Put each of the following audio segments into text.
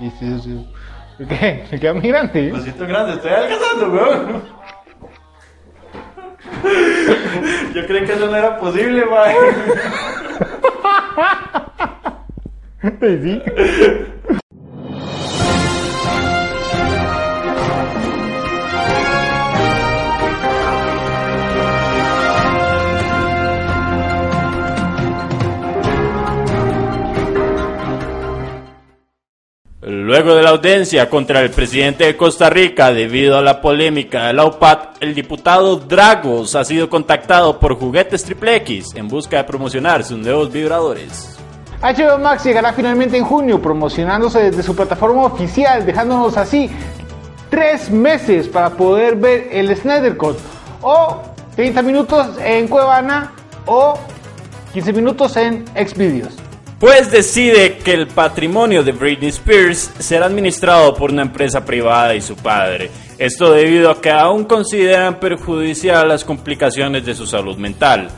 Y sí, sí. ¿Qué? Me queda muy grande. Lo siento grande, estoy alcanzando, weón. Yo creí que eso no era posible, mae. Sí, sí. Luego de la audiencia contra el presidente de Costa Rica debido a la polémica de la UPAD, el diputado Dragos ha sido contactado por Juguetes Triple X en busca de promocionar sus nuevos vibradores. HBO Max llegará finalmente en junio, promocionándose desde su plataforma oficial, dejándonos así tres meses para poder ver el Snyder Cut, o 30 minutos en Cuevana, o 15 minutos en Xvideos. Pues decide que el patrimonio de Britney Spears será administrado por una empresa privada y su padre. Esto debido a que aún consideran perjudicial las complicaciones de su salud mental.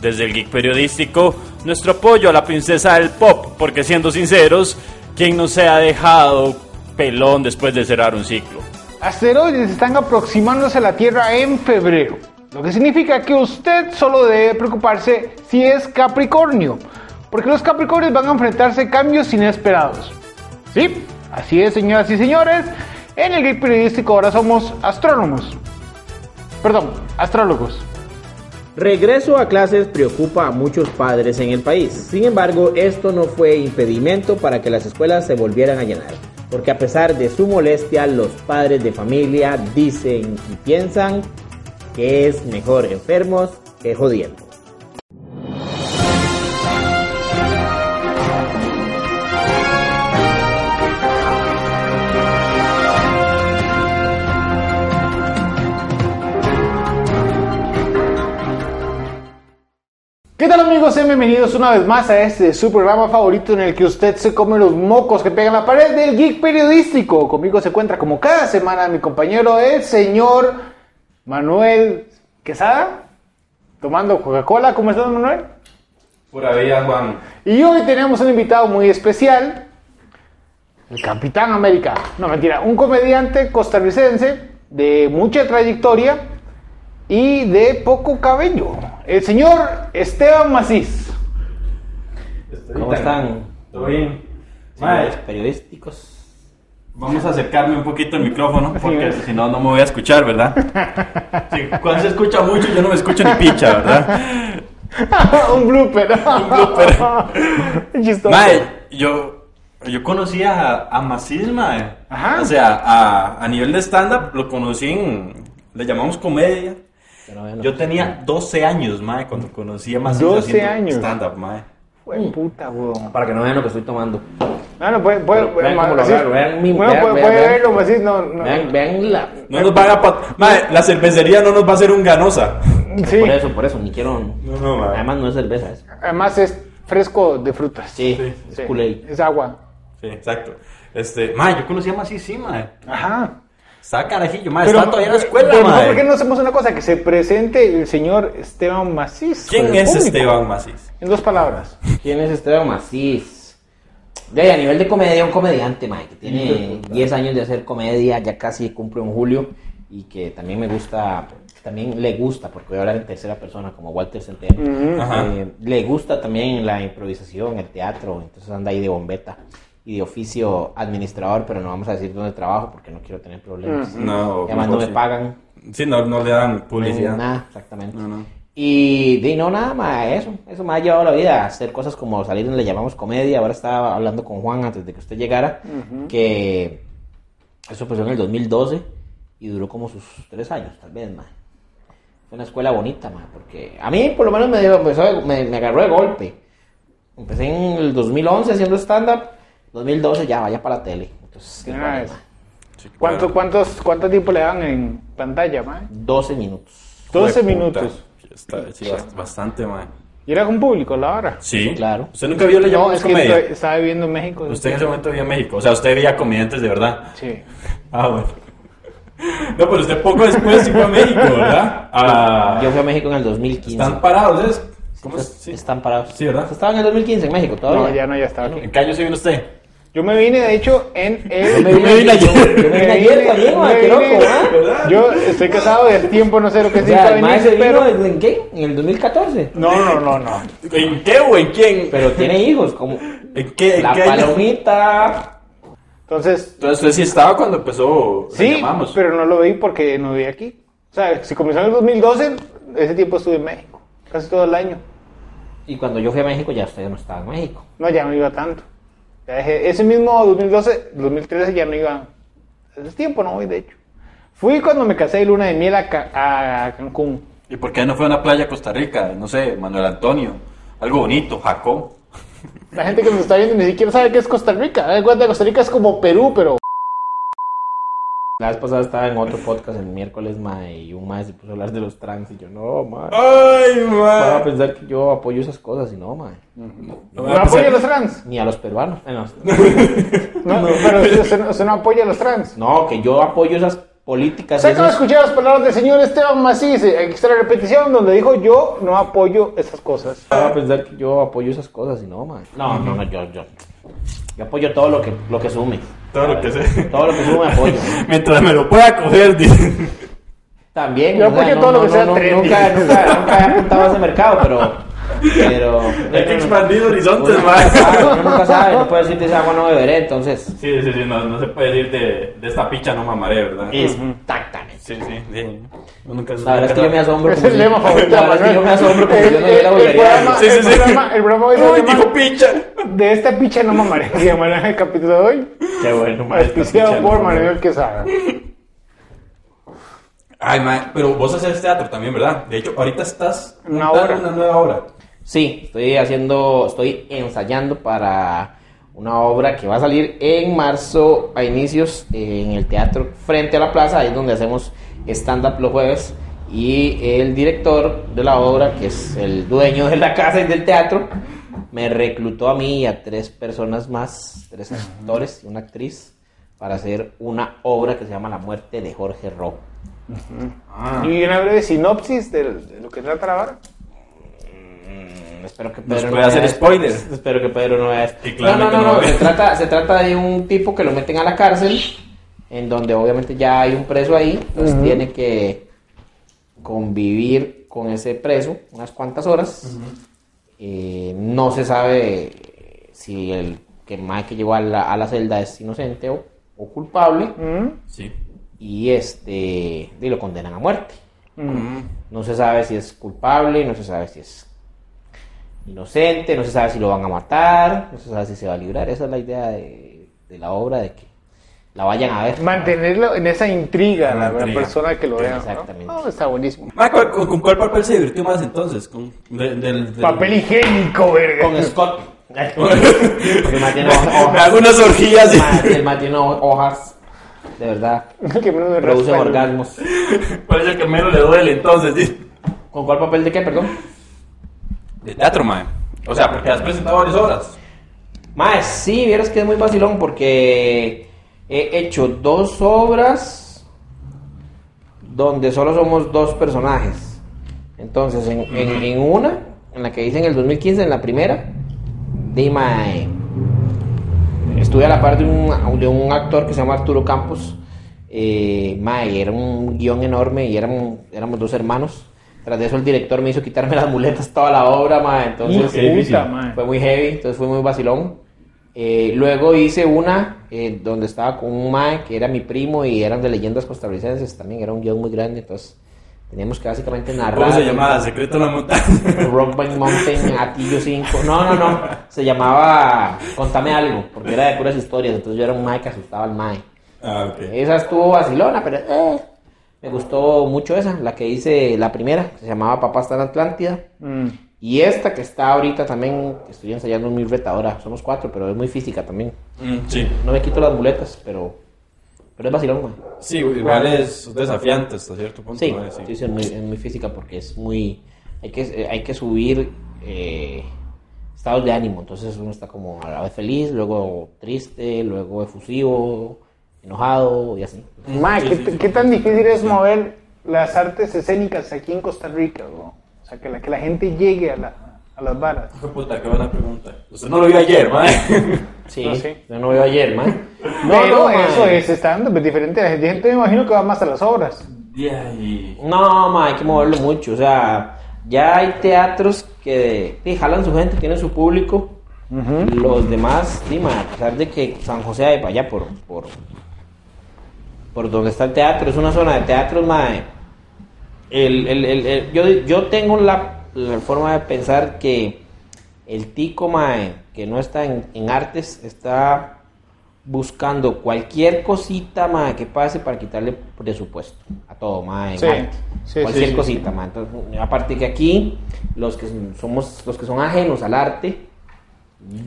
Desde el geek periodístico, nuestro apoyo a la princesa del pop, porque siendo sinceros, quien no se ha dejado pelón después de cerrar un ciclo. Asteroides están aproximándose a la Tierra en febrero, lo que significa que usted solo debe preocuparse si es Capricornio, porque los Capricornios van a enfrentarse a cambios inesperados. Sí, así es, señoras y señores, en el Geek Periodístico ahora somos astrónomos. Perdón, astrólogos. Regreso a clases preocupa a muchos padres en el país. Sin embargo, esto no fue impedimento para que las escuelas se volvieran a llenar. Porque a pesar de su molestia, los padres de familia dicen y piensan que es mejor enfermos que jodiendo. ¿Qué tal amigos? Sean bienvenidos una vez más a este su programa favorito en el que usted se come los mocos que pegan la pared del geek periodístico. Conmigo se encuentra como cada semana mi compañero el señor Manuel Quesada, tomando Coca-Cola. ¿Cómo estás Manuel? Pura vida, Juan. Y hoy tenemos un invitado muy especial, el Capitán América. No, mentira, un comediante costarricense de mucha trayectoria y de poco cabello. El señor Esteban Macís. Estoy ¿Cómo tan- están? ¿Todo bien? Mae, Señores periodísticos. vamos a acercarme un poquito al micrófono porque Sí. si no, no me voy a escuchar, ¿verdad? Sí, cuando se escucha mucho, yo no me escucho ni picha, ¿verdad? un blooper. Un blooper. Chistoso. Mae, yo, yo conocía a, a Macís, mae. Ajá. O sea, a, a nivel de stand-up lo conocí en. Le llamamos comedia. Pero bueno, Yo tenía 12 años, mae, cuando conocí a Macís. 12 haciendo años. Stand-up, mae. Mm. Fue puta, weón. Para que no vean lo que estoy tomando. No, no, puede, puede, Pero vean cómo lo Macís. agarro, vean mi- Bueno, vean, puede, vean, puede vean. verlo, Macís, no, no. Vean, vean la... No nos van a. pat- Mae, la cervecería no nos va a hacer un ganosa. Sí, Por eso, por eso, ni quiero... No, no, mae. Además no es cerveza, es... además es fresco de frutas. Sí, es Sí, Kool-Aid. es agua. Sí, exacto. Este, mae, yo conocí a Macís, sí, mae. Ajá. Estaba carajillo, mae. Estaba Ah, todavía en la escuela, pero mejor, mae. ¿por qué no hacemos una cosa? Que se presente el señor Esteban Macís. ¿Quién con el es público. Esteban Macís? En dos palabras. ¿Quién es Esteban Macís? De, a nivel de comedia, un comediante, mae, que tiene 10 años de hacer comedia, ya casi cumple un julio, y que también me gusta, también le gusta, porque voy a hablar en tercera persona, como Walter Centeno, Ajá. eh, le gusta también la improvisación, el teatro, entonces anda ahí de bombeta y de oficio administrador, pero no vamos a decir dónde trabajo, porque no quiero tener problemas. No, Además no mejor me sí. pagan, Sí, no, no le dan no, publicidad. Nada, exactamente. No, no. Y de no, nada más, eso. Eso me ha llevado la vida a hacer cosas como salir en Le llamamos comedia. Ahora estaba hablando con Juan antes de que usted llegara, que eso empezó en el 2012 y duró como sus tres años, tal vez, más. Fue una escuela bonita, más, porque a mí por lo menos me, dio- empezó- me, me agarró de golpe. Empecé en el 2011 haciendo stand-up, 2012 ya vaya para la tele. Entonces, ¿qué Nice. problema? Sí, claro. Ah, ¿Cuánto, cuántos, ¿Cuánto tiempo le dan en pantalla, man? 12 minutos, 12 Hijo de puta. minutos. Sí, está- sí, bast- bastante, mae. Y era con público la hora. Sí. claro. ¿Usted nunca vio la No, llamada es que comedia? estoy- estaba viviendo en México. Usted en ese momento vivía en México. O sea, usted veía comediantes de verdad. Sí. Ah, bueno. No, pero usted poco después sí fue a México, ¿verdad? Ah, Yo Pues, fui a México en el 2015. Están parados, ¿es? ¿Cómo es? Sí. Están parados. Sí, ¿verdad? Estaba en el 2015 en México todavía. No, ya no, ya estaba aquí. ¿En qué año se vino usted? Yo me vine, de hecho, en el... Ah, Yo me vine ayer. Yo me vine ayer también, me ma, qué vine- loco, ¿ah? Yo estoy casado del tiempo, no sé lo que O es sea, el venir, maestro vino pero... en, ¿en qué? En el 2014. No, no, no, no. ¿En qué o en quién? Pero tiene hijos, como ¿En qué? ¿En la qué año? palomita. Entonces, Entonces usted sí estaba cuando empezó. la sí, llamamos. pero no lo vi porque no vi aquí. O sea, si comenzó en el 2012, ese tiempo estuve en México, casi todo el año. Y cuando yo fui a México ya usted no estaba en México. No, ya no iba tanto. Ya dejé- ese mismo 2012, 2013 ya no iba. Ese tiempo no voy, de hecho. Fui cuando me casé de luna de miel a, Ca- a Cancún. ¿Y por qué no fue a una playa a Costa Rica? No sé, Manuel Antonio. Algo bonito, Jacob. La gente que nos está viendo ni siquiera sabe qué es Costa Rica. Hagan cuenta, Costa Rica es como Perú, pero... La vez pasada estaba en otro podcast el miércoles, ma, y un maestro se puso a hablar de los trans y yo, no, ma. Ah. ¡Ay, Van a madre! pensar que yo apoyo esas cosas y no, pues, ma. No apoya a los trans. Ni a los peruanos. Eh, no. No, pero usted, no- usted no apoya a los trans. No, que yo apoyo esas políticas. Usted acaba de esas- escuchar las palabras del señor Esteban Macís, eh, extra repetición, donde dijo yo no apoyo esas cosas. Van a pensar que yo apoyo esas cosas y no, ma. No, no, no, yo, yo. Yo apoyo todo lo que, lo que sume. Todo lo que sé. Todo lo que sume apoyo. Mientras me lo pueda coger, dice. También. Yo o sea, apoyo no, todo lo no, que sea no, trendy. Nunca, nunca, nunca he apuntado a ese mercado, pero. Pero. Hay que no, no, expandir uno horizontes, nunca sabe, madre. uno nunca sabe, no puedo decirte esa agua no beberé, entonces. Sí, sí, sí, no, no se puede decir de, de esta picha no mamaré, ¿verdad? Exactamente. Sí, sí, sí. Uno nunca La verdad es que yo me asombro. Es como el si- lema favorito La de verdad es que yo me Manuel. asombro como si yo no El- el- hubiera el bollería. programa- Sí, sí, sí. El programa- el programa hoy se Uy, llama- dijo picha. De esta picha no mamaré, llamarán el capítulo de hoy. Qué bueno, madre. esta Auspiciado picha no por mamaré. Manuel Quesada. Ay, madre, pero vos haces teatro también, ¿verdad? De hecho, ahorita estás Una montando obra. una nueva obra. Sí, estoy haciendo, estoy ensayando para una obra que va a salir en marzo a inicios en el teatro frente a la plaza, ahí es donde hacemos stand-up los jueves. Y el director de la obra, que es el dueño de la casa y del teatro, me reclutó a mí y a tres personas más, tres actores y una actriz, para hacer una obra que se llama La muerte de Jorge Ro. Ah, Y una breve sinopsis del- de, lo que trata la vara. Mm, Espero que Nos Pedro puede hacer vea esto. spoilers. Espero que Pedro no vea esto. Y No, no, claramente no, no no, ve. Se, trata, se trata de un tipo que lo meten a la cárcel, en donde obviamente ya hay un preso ahí, entonces tiene que convivir con ese preso unas cuantas horas. Eh, no se sabe si el que más que llegó a la, a la celda es inocente o, o culpable, Sí. y este y lo condenan a muerte. Mm. Mm. No se sabe si es culpable, no se sabe si es inocente, no se sabe si lo van a matar, no se sabe si se va a librar. Esa es la idea de, de la obra, de que la vayan a ver. Mantenerlo en esa intriga, En la, la la intriga. persona que lo vea. ¿no? Exactamente. Oh, está buenísimo. Ah, ¿cuál- con, con cuál papel se divirtió más entonces? ¿Con, de- del, del- Papel higiénico, verga. Con Scott. Porque el man tiene Me hojas. hago unas orgías. El man- el man tiene hojas. De verdad. que menos me Produce raspa el- orgasmos. Parece que menos le duele entonces. ¿sí? ¿Con cuál papel de qué, perdón? De teatro, madre. O sea, porque has presentado varias obras. Mae, sí, vieras que es muy vacilón porque he hecho dos obras donde solo somos dos personajes. Entonces, en, en- en una, en la que hice en el 2015, en la primera, de mae, estuve a la par de un, de un actor que se llama Arturo Campos. Eh, mae, era un guión enorme y éramos, éramos dos hermanos. Tras de eso, el director me hizo quitarme las muletas toda la obra, mae. Entonces, Hijo qué de difícil. puta, mae. fue muy heavy, entonces fue muy vacilón. Eh, luego hice una eh, donde estaba con un mae que era mi primo y eran de leyendas costarricenses también, era un guión muy grande, entonces teníamos que básicamente narrar. ¿Cómo se llamaba? Secreto en la montaña. Rock Band Mountain, Atillo 5. No, no, no. Se llamaba Contame algo, porque era de puras historias, entonces yo era un mae que asustaba al mae. Ah, ok. Esa estuvo vacilona, pero eh, me gustó mucho esa, la que hice la primera, que se llamaba Papá está en Atlántida. Mm. Y esta que está ahorita también, que estoy ensayando en mi retadora. Somos cuatro, pero es muy física también. Mm, sí. No me quito las muletas, pero, pero es vacilón, güey. Sí, igual es desafiante hasta cierto punto. Sí, madre, sí, sí, es, muy, es muy física porque es muy... Hay que, eh, hay que subir eh, estados de ánimo. Entonces uno está como a la vez feliz, luego triste, luego efusivo, enojado y así. Ma, ¿qué, qué tan difícil es mover las artes escénicas aquí en Costa Rica, bro? O sea, que la, que la gente llegue a la, a las varas. Hijo de puta, qué buena pregunta. Usted no lo vio ayer, madre. Sí, No, sí. yo no veo ayer, man. Pero eso mae. es stand up, es diferente. La gente me imagino que va más a las obras. Ya, y... No, ma, hay que moverlo mucho. O sea, ya hay teatros que sí, jalan su gente, tienen su público. Los demás, sí, ma, a pesar de que San José de para allá, por, por, por donde está el teatro, es una zona de teatros, ma. El, el- el- el- yo, yo tengo la, la forma de pensar que el tico, ma, que no está en, en artes, está buscando cualquier cosita, ma, que pase para quitarle presupuesto a todo, ma, en Sí, arte. sí, cualquier sí, sí, cosita, ma. Entonces, aparte que aquí los que somos los que son ajenos al arte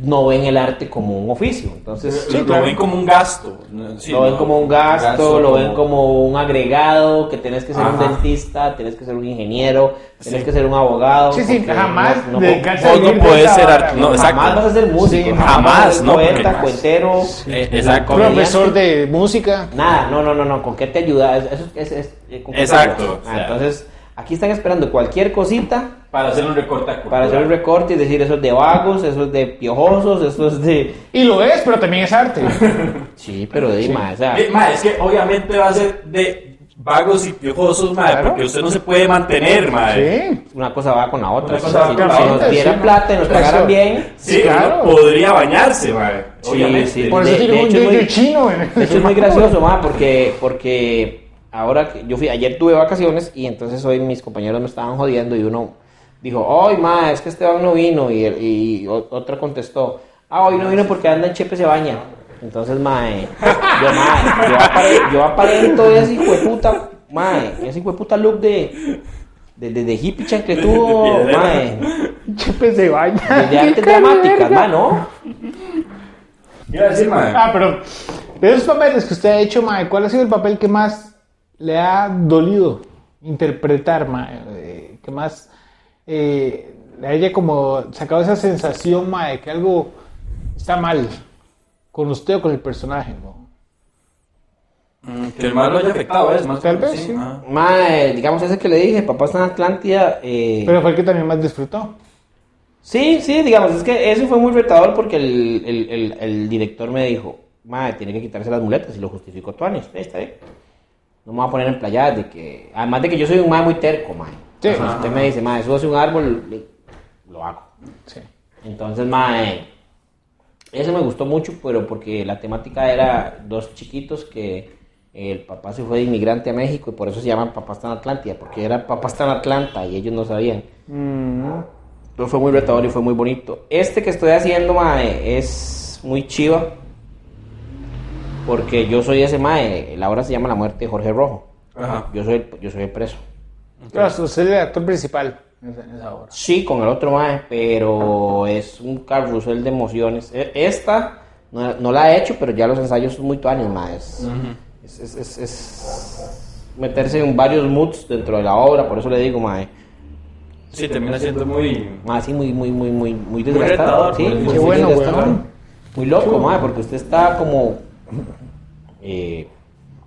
no ven el arte como un oficio, entonces lo claro. ven como un gasto. ¿no? Sí, lo ven ¿no? como un gasto, lo ven como un agregado, que tenés que ser un Ajá. dentista, tenés que ser un ingeniero, tenés Sí. que ser un abogado. Sí, sí, porque jamás no- no- dedicarse vos a no vivir de podés esa ser vara, art- no, güey. exacto. Jamás vas a ser músico, Sí, vas a ser jamás, ¿no? poeta, Porque- cuentero, Eh, exacto. comediante. Profesor de música. Nada, no, no, no, no, ¿con qué te ayuda? Eso es, es- es- eh, ¿con qué te Exacto, ayuda? Ah, o sea. entonces, aquí están esperando cualquier cosita Para hacer un recorte a para hacer el recorte y decir eso es de vagos, eso es de piojosos, eso es de... Y lo es, pero también es arte. Sí, pero dime, o sea... Eh, ma, es que obviamente va a ser de vagos y piojosos, ma, Claro. porque usted no se puede mantener, ma. Sí. una cosa va con la Una otra. O cosa sea, va si, con la si otra, nos dieran sí, plata y nos eso. pagaran bien. Sí, Sí, uno claro. podría bañarse, ma. Sí, obviamente. sí. Por eso De- tiene de un hecho, yo muy- chino. güey. De hecho es muy gracioso, ma, porque, porque ahora que yo fui, ayer tuve vacaciones y entonces hoy mis compañeros me estaban jodiendo y uno dijo, ay, ma, es que Esteban no vino y, el- y o- otra contestó, ah, hoy no vino porque anda en Chepe se baña. Entonces, mae, yo, mae, yo, apare- yo aparento ese hijo de puta, mae, ese hijo de puta look de, de, de, de hippie chancletudo, De piedrero. mae, Chepe se baña. de artes Qué dramáticas, verga. mae, ¿no? Iba a decir, ma, Ah, pero de esos papeles que usted ha hecho, mae, ¿cuál ha sido el papel que más le ha dolido interpretar, mae? Eh, que más eh, le haya como sacado esa sensación, mae, de que algo está mal con usted o con el personaje, ¿no? mm, que el mal lo haya afectado, es más. Tal vez, sí. ah. Mae, eh, digamos ese que le dije, papá está en Atlántida. eh, Pero fue el que también más disfrutó. Sí, sí, digamos, es que eso fue muy retador porque el, el- el- el director me dijo, mae, tiene que quitarse las muletas y lo justificó Tuanis, "Sí, está bien. No me voy a poner en playas de que, además de que yo soy un mae muy terco, mae. Sí. Entonces, usted me dice, mae, súbase a un árbol, le- lo hago. Sí. Entonces, mae, eso me gustó mucho, pero porque la temática era dos chiquitos que el papá se fue de inmigrante a México y por eso se llaman Papás tan Atlántida, porque era Papás tan Atlanta y ellos no sabían. Entonces fue muy retador y fue muy bonito. Este que estoy haciendo, mae, es muy chiva, porque yo soy ese mae, la obra se llama La Muerte de Jorge Rojo. Ajá. Yo soy el, yo soy el preso. Pero usted es el actor principal en esa- en esa obra. Sí, con el otro mae, pero es un carrusel de emociones. E- Esta no, no la he hecho, pero ya los ensayos son muy tuanis, mae. Es, es- es- es- es meterse en varios moods dentro de la obra, por eso le digo, mae. Sí, termina siendo muy. Mae, sí, muy, muy, muy, muy, muy desgastado. retador, sí, pues. muy- Qué muy bueno, desgastado. weón. Muy loco, mae, porque usted está como eh,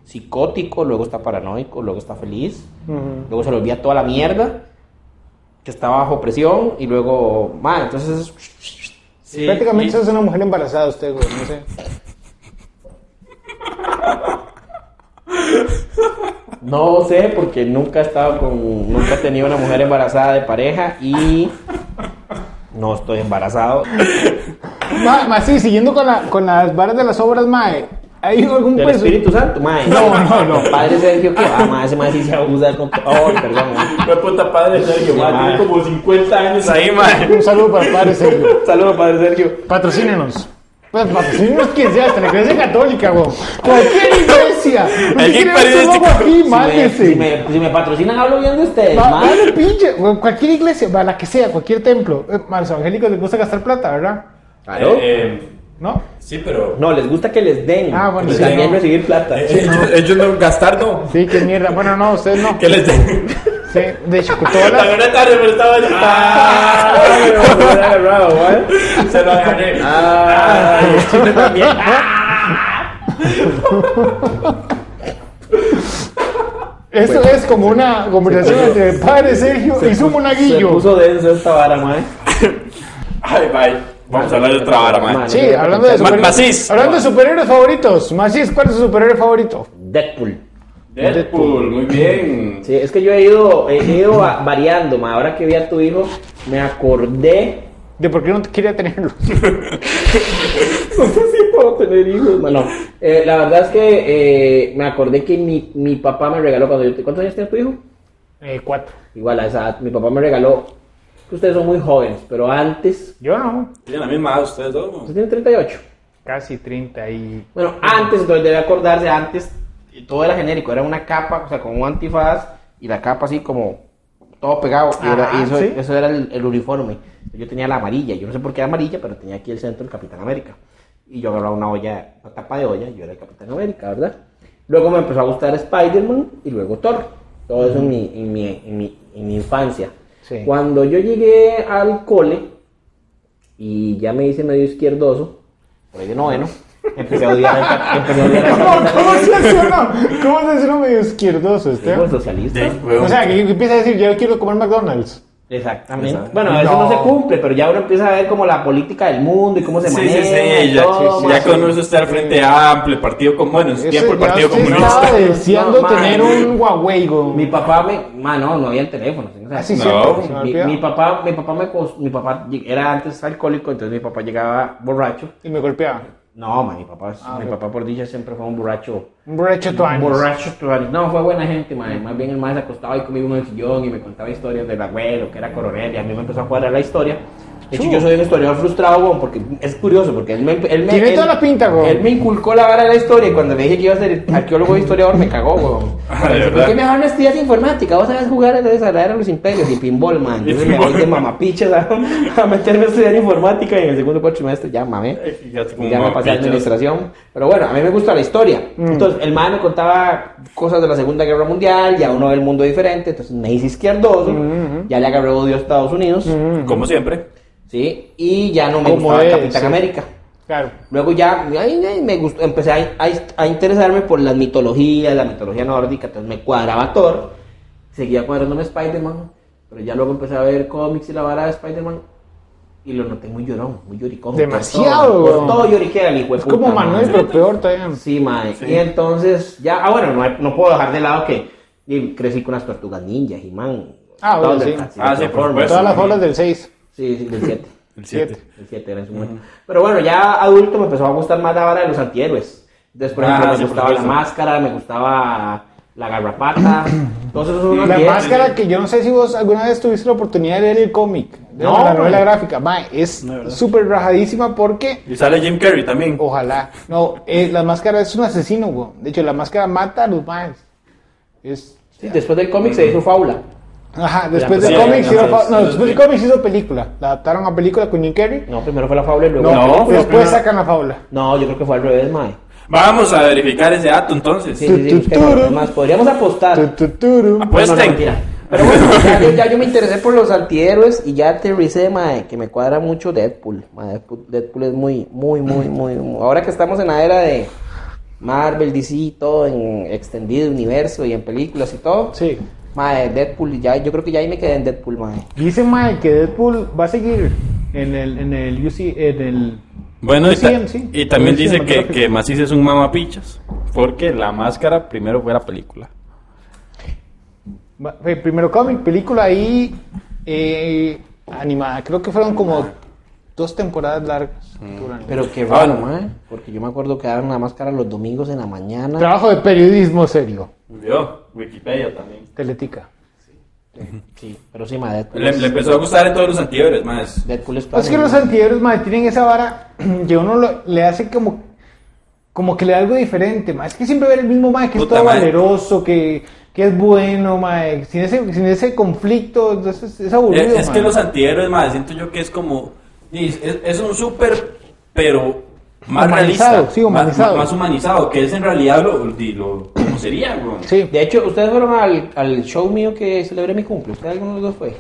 psicótico, luego está paranoico, luego está feliz. Luego se le olvida toda la mierda que está bajo presión y luego, ma, entonces Sí, Prácticamente y- es una mujer embarazada usted, güey, no sé. no sé porque nunca he estado con nunca he tenido una mujer embarazada de pareja y no estoy embarazado. Ma, ma, sí, siguiendo con, la- con las varas de las obras, mae. ¿Hay algún Del perso- Espíritu Santo, ma. Pues, No, no, no. Padre Sergio que ah, ma, ese ma sí se abusa con oh, perdón. ma. Fue puta padre Sergio, Sí, ma, ma. tiene como 50 años ahí, ma. Un saludo para el padre Sergio. Saludos Padre Sergio. Patrocínenos. Pues patrocínenos quien sea, hasta la iglesia católica, güey. Cualquier iglesia. Alguien Usted quiere ver su logo periodístico. aquí, Si me, si, mándese. me, si me patrocinan hablo bien de ustedes, Ma- ma. Madre pinche, güey, cualquier iglesia, va, la que sea, cualquier templo. Eh, ma, A los evangélicos les gusta gastar plata, ¿verdad? Claro. Eh, eh, ¿No? sí, pero. No, les gusta que les den. Ah, bueno, les sí, también no. recibir plata. Ellos, ellos no gastar, no. Sí, qué mierda. Bueno, no, ustedes no. ¿Qué les den? Sí, de hecho, con todas La las- verdad tarde, pero estaba. ¡Ah! Se lo agarré. ¡Ah! Y el chino también. Eso es como una conversación entre el padre Sergio y su Se monaguillo. puso denso esta vara, mae. Ay, bye. Vamos a hablar de otra vara, man. Man. Sí, hablando de Ma- superhéroes. Macis. Hablando de superhéroes favoritos. Macis, ¿cuál es tu superhéroe favorito? Deadpool. Deadpool, muy bien. Sí, es que yo he ido, he ido a- variando, ma. Ahora que vi a tu hijo, me acordé. ¿De por qué no te quería tenerlo? No sé si puedo tener hijos, ma. No. Eh, la verdad es que eh, me acordé que mi, mi papá me regaló cuando yo. ¿Cuántos años tiene tu hijo? Eh, cuatro. Igual a esa edad. Mi papá me regaló. que Ustedes son muy jóvenes, pero antes. Yo no. Tienen la misma edad ustedes dos, ¿no? Usted tiene 38. Casi 30 y... Bueno, antes, entonces debe acordarse, antes y todo era genérico, era una capa, o sea, con un antifaz y la capa así como todo pegado. y era- y Ajá, eso, sí. eso era el, el uniforme. Yo tenía la amarilla, yo no sé por qué era amarilla, pero tenía aquí el centro el Capitán América. Y yo agarraba una olla, una tapa de olla, y yo era el Capitán América, ¿verdad? Luego me empezó a gustar Spider-Man y luego Thor. Todo eso en mi, en mi, en mi, en mi infancia. Sí. Cuando yo llegué al cole, y ya me hice medio izquierdoso, por ahí de noveno, empecé a odiar al, empecé a odiar al ¿Cómo, cómo se hace uno? ¿Cómo se hace uno medio izquierdoso, Digo, Esteban? socialista. De- weón. O sea, que empieza a decir, yo quiero comer McDonald's. Exactamente. Bueno, eso No. no. se cumple, pero ya uno empieza a ver como la política del mundo y cómo se Sí, sí, maneja. y sí, ya, todo, sí, ya más o- conoce usted al Frente Amplio, Partido Comunista, bueno, en su Ese tiempo el ya Partido usted Comunista. estaba deseando No, man. tener un Huawei, güey. Mi papá me, ma, no, no había el teléfono. ¿sí? O sea, Ah, sí, No. cierto, se me mi, olvidó. mi papá, mi papá me, cos- mi papá lleg- era antes alcohólico, entonces mi papá llegaba borracho. Y me golpeaba. No, ma, mi papá, es- Ah, mi ok. papá por dicha siempre fue un borracho. Un borracho Un tuanis. Borracho total. No, fue buena gente, mae. Más bien el mae se acostaba ahí conmigo en el sillón y me contaba historias del abuelo, que era coronel, y a mí me empezó a cuadrar la historia. De hecho, yo soy un historiador frustrado, weón, porque es curioso, porque él me... Él me Tiene él- toda la pinta, weón. Él me inculcó la vara de la historia y cuando le dije que iba a ser arqueólogo e historiador, me cagó, weón. Ah, de ¿Por qué verdad. me van a estudiar informática? Vos sabés jugar a desagradar a los imperios y pinball, man. Y Yo me voy pinball. de mamapichas a, a meterme a estudiar informática y en el segundo cuatrimestre ya mamé. Ay, fíjate cómo Ya me pasé a mamapichas. administración. Pero bueno, a mí me gusta la historia. Mm. Entonces, el man me contaba cosas de la Segunda Guerra Mundial, ya uno ve el mundo diferente, entonces me hice izquierdoso, Mm, ya le agarré odio a Estados Unidos, Como siempre. ¿sí? Y ya no me Como gustaba el Mm. es, Capitán sí. América. Claro. Luego ya ay, ay, me gustó, empecé a, a- a interesarme por las mitologías, la mitología nórdica, entonces me cuadraba Thor, seguía cuadrándome Spider-Man, pero ya luego empecé a ver cómics y la vara de Spider-Man y lo noté muy llorón, muy lloricón. por Demasiado, todo, weón. Por todo lloriquea el hijo de Es como puta, Manuel, madre. pero peor todavía. Sí, mae. Y entonces, ya, ah, bueno, no, hay- no puedo dejar de lado que y crecí con las tortugas ninjas, y man. Ah, bueno, sí. Ah, sí, por supuesto. Todas las olas del 6. Sí, sí, del 7. El siete. siete. El 7 era en su momento. Pero bueno, ya adulto me empezó a gustar más la vara de los antihéroes. Entonces, por Ah, ejemplo, sí, me por gustaba la supuesto. máscara, me gustaba la garrapata. Todos esos son los La antihéroes. máscara que yo no sé si vos alguna vez tuviste la oportunidad de leer el cómic. de No, la novela güey. gráfica. Mae, es No, ¿verdad? súper rajadísima porque. Y sale Jim Carrey también. Ojalá. No, eh, la máscara es un asesino, güey. De hecho, la máscara mata a los maes. Es. Sí, después del cómic se hizo faula. Ajá, después Ya, del pues, cómic sí, hizo, entonces, no, después del entonces- cómic hizo película. La adaptaron a película con Jim Carrey. No, primero fue la faula y luego. No, No, fue la después primera. sacan la fábula. No, yo creo que fue al revés, mae. Vamos a verificar ese dato entonces. Sí, sí, sí, busquemos los demás. Podríamos apostar. Tu, tu, turu. Pues No, no, ten. mentira. Pero bueno, ya, yo, ya yo me interesé por los antihéroes y ya aterricé, mae, que me cuadra mucho Deadpool. mae. Deadpool, Deadpool es muy, muy, muy, muy, muy- Ahora que estamos en la era de Marvel, DC, y todo en extendido universo y en películas y todo. Sí. Mae, Deadpool, ya, yo creo que ya ahí me quedé en Deadpool, mae. Dice Mae que Deadpool va a seguir en el, en el UC, en el... Bueno, y, ta- Sí, sí. y también Sí, dice que, cinematográfico. que Macis es un mamapichas. Porque la máscara primero fue la película. va- fue Primero cómic, película y eh, animada. Creo que fueron como dos temporadas largas. duran. Pero qué raro, Ah, no. mae, porque yo me acuerdo que daban la máscara los domingos en la mañana. Trabajo de periodismo serio. Yo, Wikipedia también. Teletica. Sí, pero sí, mae, Deadpool. Le, es- le empezó a gustar en todos los anteriores, más. Eh, Deadpool es Pues Es que los antihéroes, mae, tienen esa vara que uno lo- le hace como... Como que le da algo diferente, mae. Es que siempre ver el mismo mae que Puta, es todo mae. valeroso, que, que es bueno, mae. Sin ese, sin ese conflicto, entonces es aburrido, Es, es mae. que los antihéroes, más, siento yo que es como. Es, es un súper, pero más Humanizado, realista. sí, Más- humanizado. Más, más humanizado, que es en realidad lo, di- lo- como sería, güey. Sí. De hecho, ustedes fueron al, al show mío que celebré mi cumple. ¿Usted alguno de los dos fue?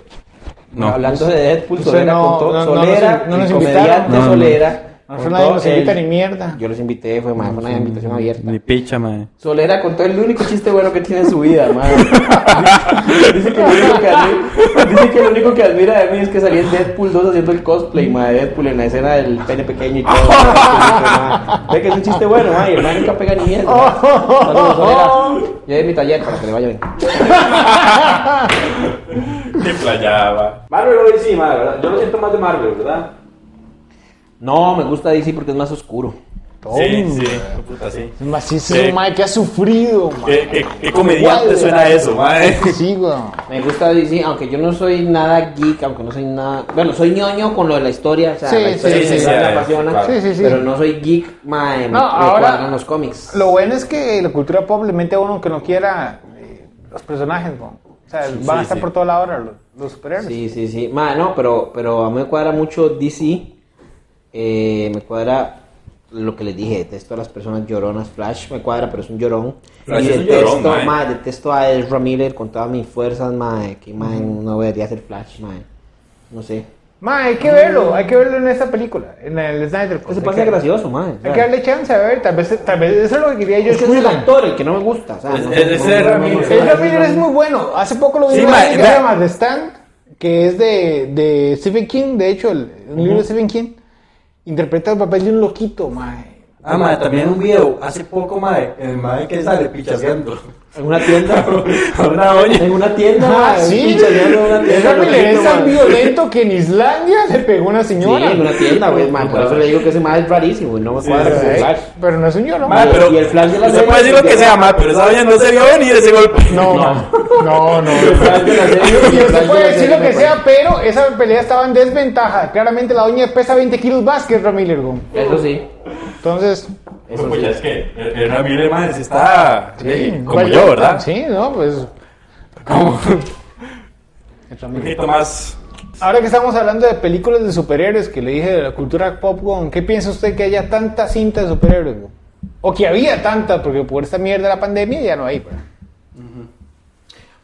No. Hablando de Deadpool, Usted Solera no- no- contó. no nos- Solera, no nos el invitaron. comediante No, no. Solera, No, Con eso nadie todo nos el- invita ni mierda. Yo los invité, fue, mae, fue una invitación abierta. Ni picha, mae. Solera contó el único chiste bueno que tiene en su vida, madre. Dice que, lo único que admira, dice que lo único que admira de mí es que salí en Deadpool 2 haciendo el cosplay, madre. Deadpool en la escena del pene pequeño y todo. mae. Ve que es un chiste bueno, madre. El mae nunca pega ni mierda. Saludos, Solera. Ya es mi taller para que le vaya bien. De playaba. Marvel hoy sí, madre, ¿verdad? Yo lo siento más de Marvel, ¿verdad? No, me gusta DC porque es más oscuro. Sí, Toma. sí. Oh. qué Puta, sí. Es más, sí, es Sí. un mae que ha sufrido, mae. ¿Qué, qué, qué comediante suena eso, mae? Sí, weón. Me gusta DC, aunque yo no soy nada geek, aunque no soy nada. Bueno, soy ñoño con lo de la historia, o sea, Sí, la historia sí, en sí, general sí, me sí, apasiona, claro. Sí, sí, sí. pero no soy geek, mae, me, No, me ahora- cuadran los cómics. Lo bueno es que la cultura pop le mete a uno que no quiera eh, los personajes, weón. O sea, van a estar sí. por toda la hora los, los superhéroes. Sí, sí, sí, mae, no, pero, pero a mí me cuadra mucho DC, eh, me cuadra lo que les dije, detesto a las personas lloronas, Flash me cuadra, pero es un llorón, Flash y es un detesto, llorón, mae. mae, detesto a Ezra Miller con todas mis fuerzas, mae, que mae, no debería ser Flash, mae, no sé. Ma, hay que verlo, hay que verlo en esta película, en el Snyder Cut. Que se Hay Mm. pasa que- gracioso, mae. o sea. Hay que darle chance, a ver, tal vez, tal vez eso es lo que quería yo. Es que es el actor el que no me gusta. O sea, Es- no, es- no, es no, el no, Ramírez. no, no, El no, John Miller es muy bueno. Hace poco lo vi Sí, en ma, una película ma- llamada The Stand, que es de, de Stephen King, de hecho, el, un libro de Stephen King. Interpreta el papel de un loquito, mae. Ah, madre, también un video hace poco, madre, el madre que sale pichaseando. En una tienda. A una doña. En una tienda. Ah, madre, pichaseando en una Es Ah, tienda. Ramírez es tan loquito, madre. violento que en Islandia le pegó una señora. Sí, en una tienda, güey, madre, Por eso le digo que ese madre es rarísimo y no me cuadra con el Sí, flash. Pero no es un llorón. Madre, pero Ah, Y el flash de la Usted serie, puede decir lo que sea, madre, pero esa doña no se vio venir ese golpe. No, no, no. El flash de la serie, Y el flash usted de puede la decir serie lo me que sea, pero esa pelea estaba en desventaja. Claramente la doña pesa 20 kilos más que Ramírez. güey. cuadra. Eso sí. Entonces, Eso Pues sí. ya es que el, el Ramírez, madre, sí está eh, como ¿cuál- yo, ¿verdad? Sí, no, pues. Un poquito más. Ahora que estamos hablando de películas de superhéroes, que le dije de la cultura pop, güey, ¿qué piensa usted que haya tanta cinta de superhéroes? güey? O que había tanta, porque por esta mierda de la pandemia ya no hay. güey.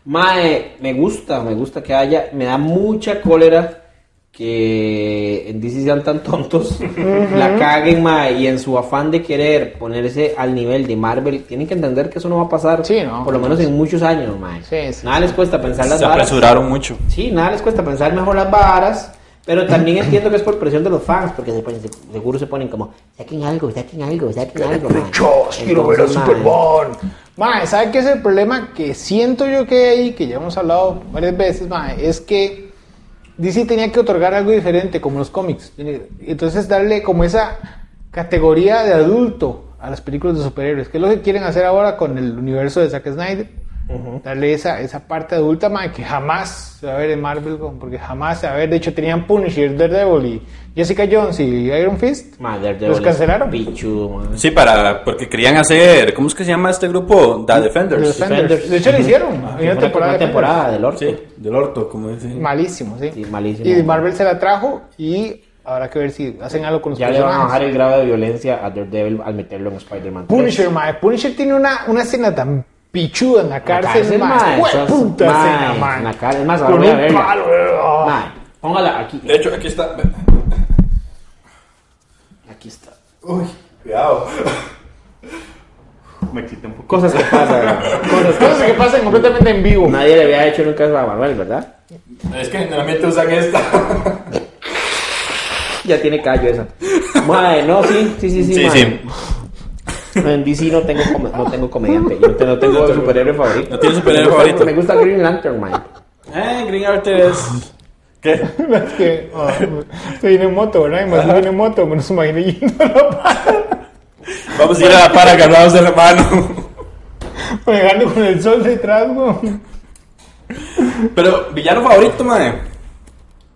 Mae, me gusta, me gusta que haya. Me da mucha cólera que en DC sean tan tontos, la caguen, mae, y en su afán de querer ponerse al nivel de Marvel, tienen que entender que eso no va a pasar, Sí, no. por lo menos en muchos años, mae. Sí, sí. Nada les cuesta pensar las Se varas. apresuraron mucho. Sí, nada les cuesta pensar mejor las varas. Pero también entiendo que es por presión de los fans, porque se ponen- se- seguro se ponen como, saquen algo, saquen algo, saquen algo. mae". Chos, quiero ver a Entonces, mae, Superman. Mae, ¿sabe qué es el problema que siento yo que hay, que ya hemos hablado varias veces, mae? Es que DC tenía que otorgar algo diferente, como los cómics. Entonces, darle como esa categoría de adulto a las películas de superhéroes, que es lo que quieren hacer ahora con el universo de Zack Snyder. Darle esa, esa parte adulta, mae, que jamás se va a ver en Marvel, como porque jamás se va a ver. De hecho, tenían Punisher, Daredevil y Jessica Jones y Iron Fist. mae, Daredevil Los cancelaron. Pichu, mae. Sí, para, porque querían hacer, ¿cómo es que se llama este grupo? The Defenders. Defenders. De hecho, lo hicieron. Hay una Fue temporada de una temporada del orto. Sí, del orto, como dicen. Malísimo, sí. Sí, malísimo. Y Marvel se la trajo y habrá que ver si hacen algo con los Ya le van a bajar el grado de violencia a Daredevil al meterlo en Spider-Man. tres. Punisher, mae. Punisher tiene una, una escena tan pichuda en la cárcel, cárcel, mae. mae. Fue Esas- puta mae, escena, mae. en la cárcel, es más, Con ahora voy a un verla. palo, ah. Mae, póngala aquí. De hecho, aquí está. Aquí está. Uy, cuidado. Me excité un poco. Cosas que pasan. cosas que Cosas que pasan completamente en vivo. Nadie le había hecho nunca eso a Manuel, ¿verdad? Es que generalmente usan esta. Ya tiene callo esa. Mae, no, sí, sí, sí, sí. Sí, mae. sí. En DC no tengo, come- no tengo comediante. Yo no tengo, no tengo superhéroe favorito. No tiene superhéroe favorito. Me gusta Green Lantern, mae. Eh, Green Arter es. ¿Qué? Es que ah, se viene en moto, ¿verdad? Y más viene en moto, me los imagino yendo a la pala, Vamos a ir a la para agarrados de la mano. pegando con el sol detrás, güey. Pero, villano favorito, madre.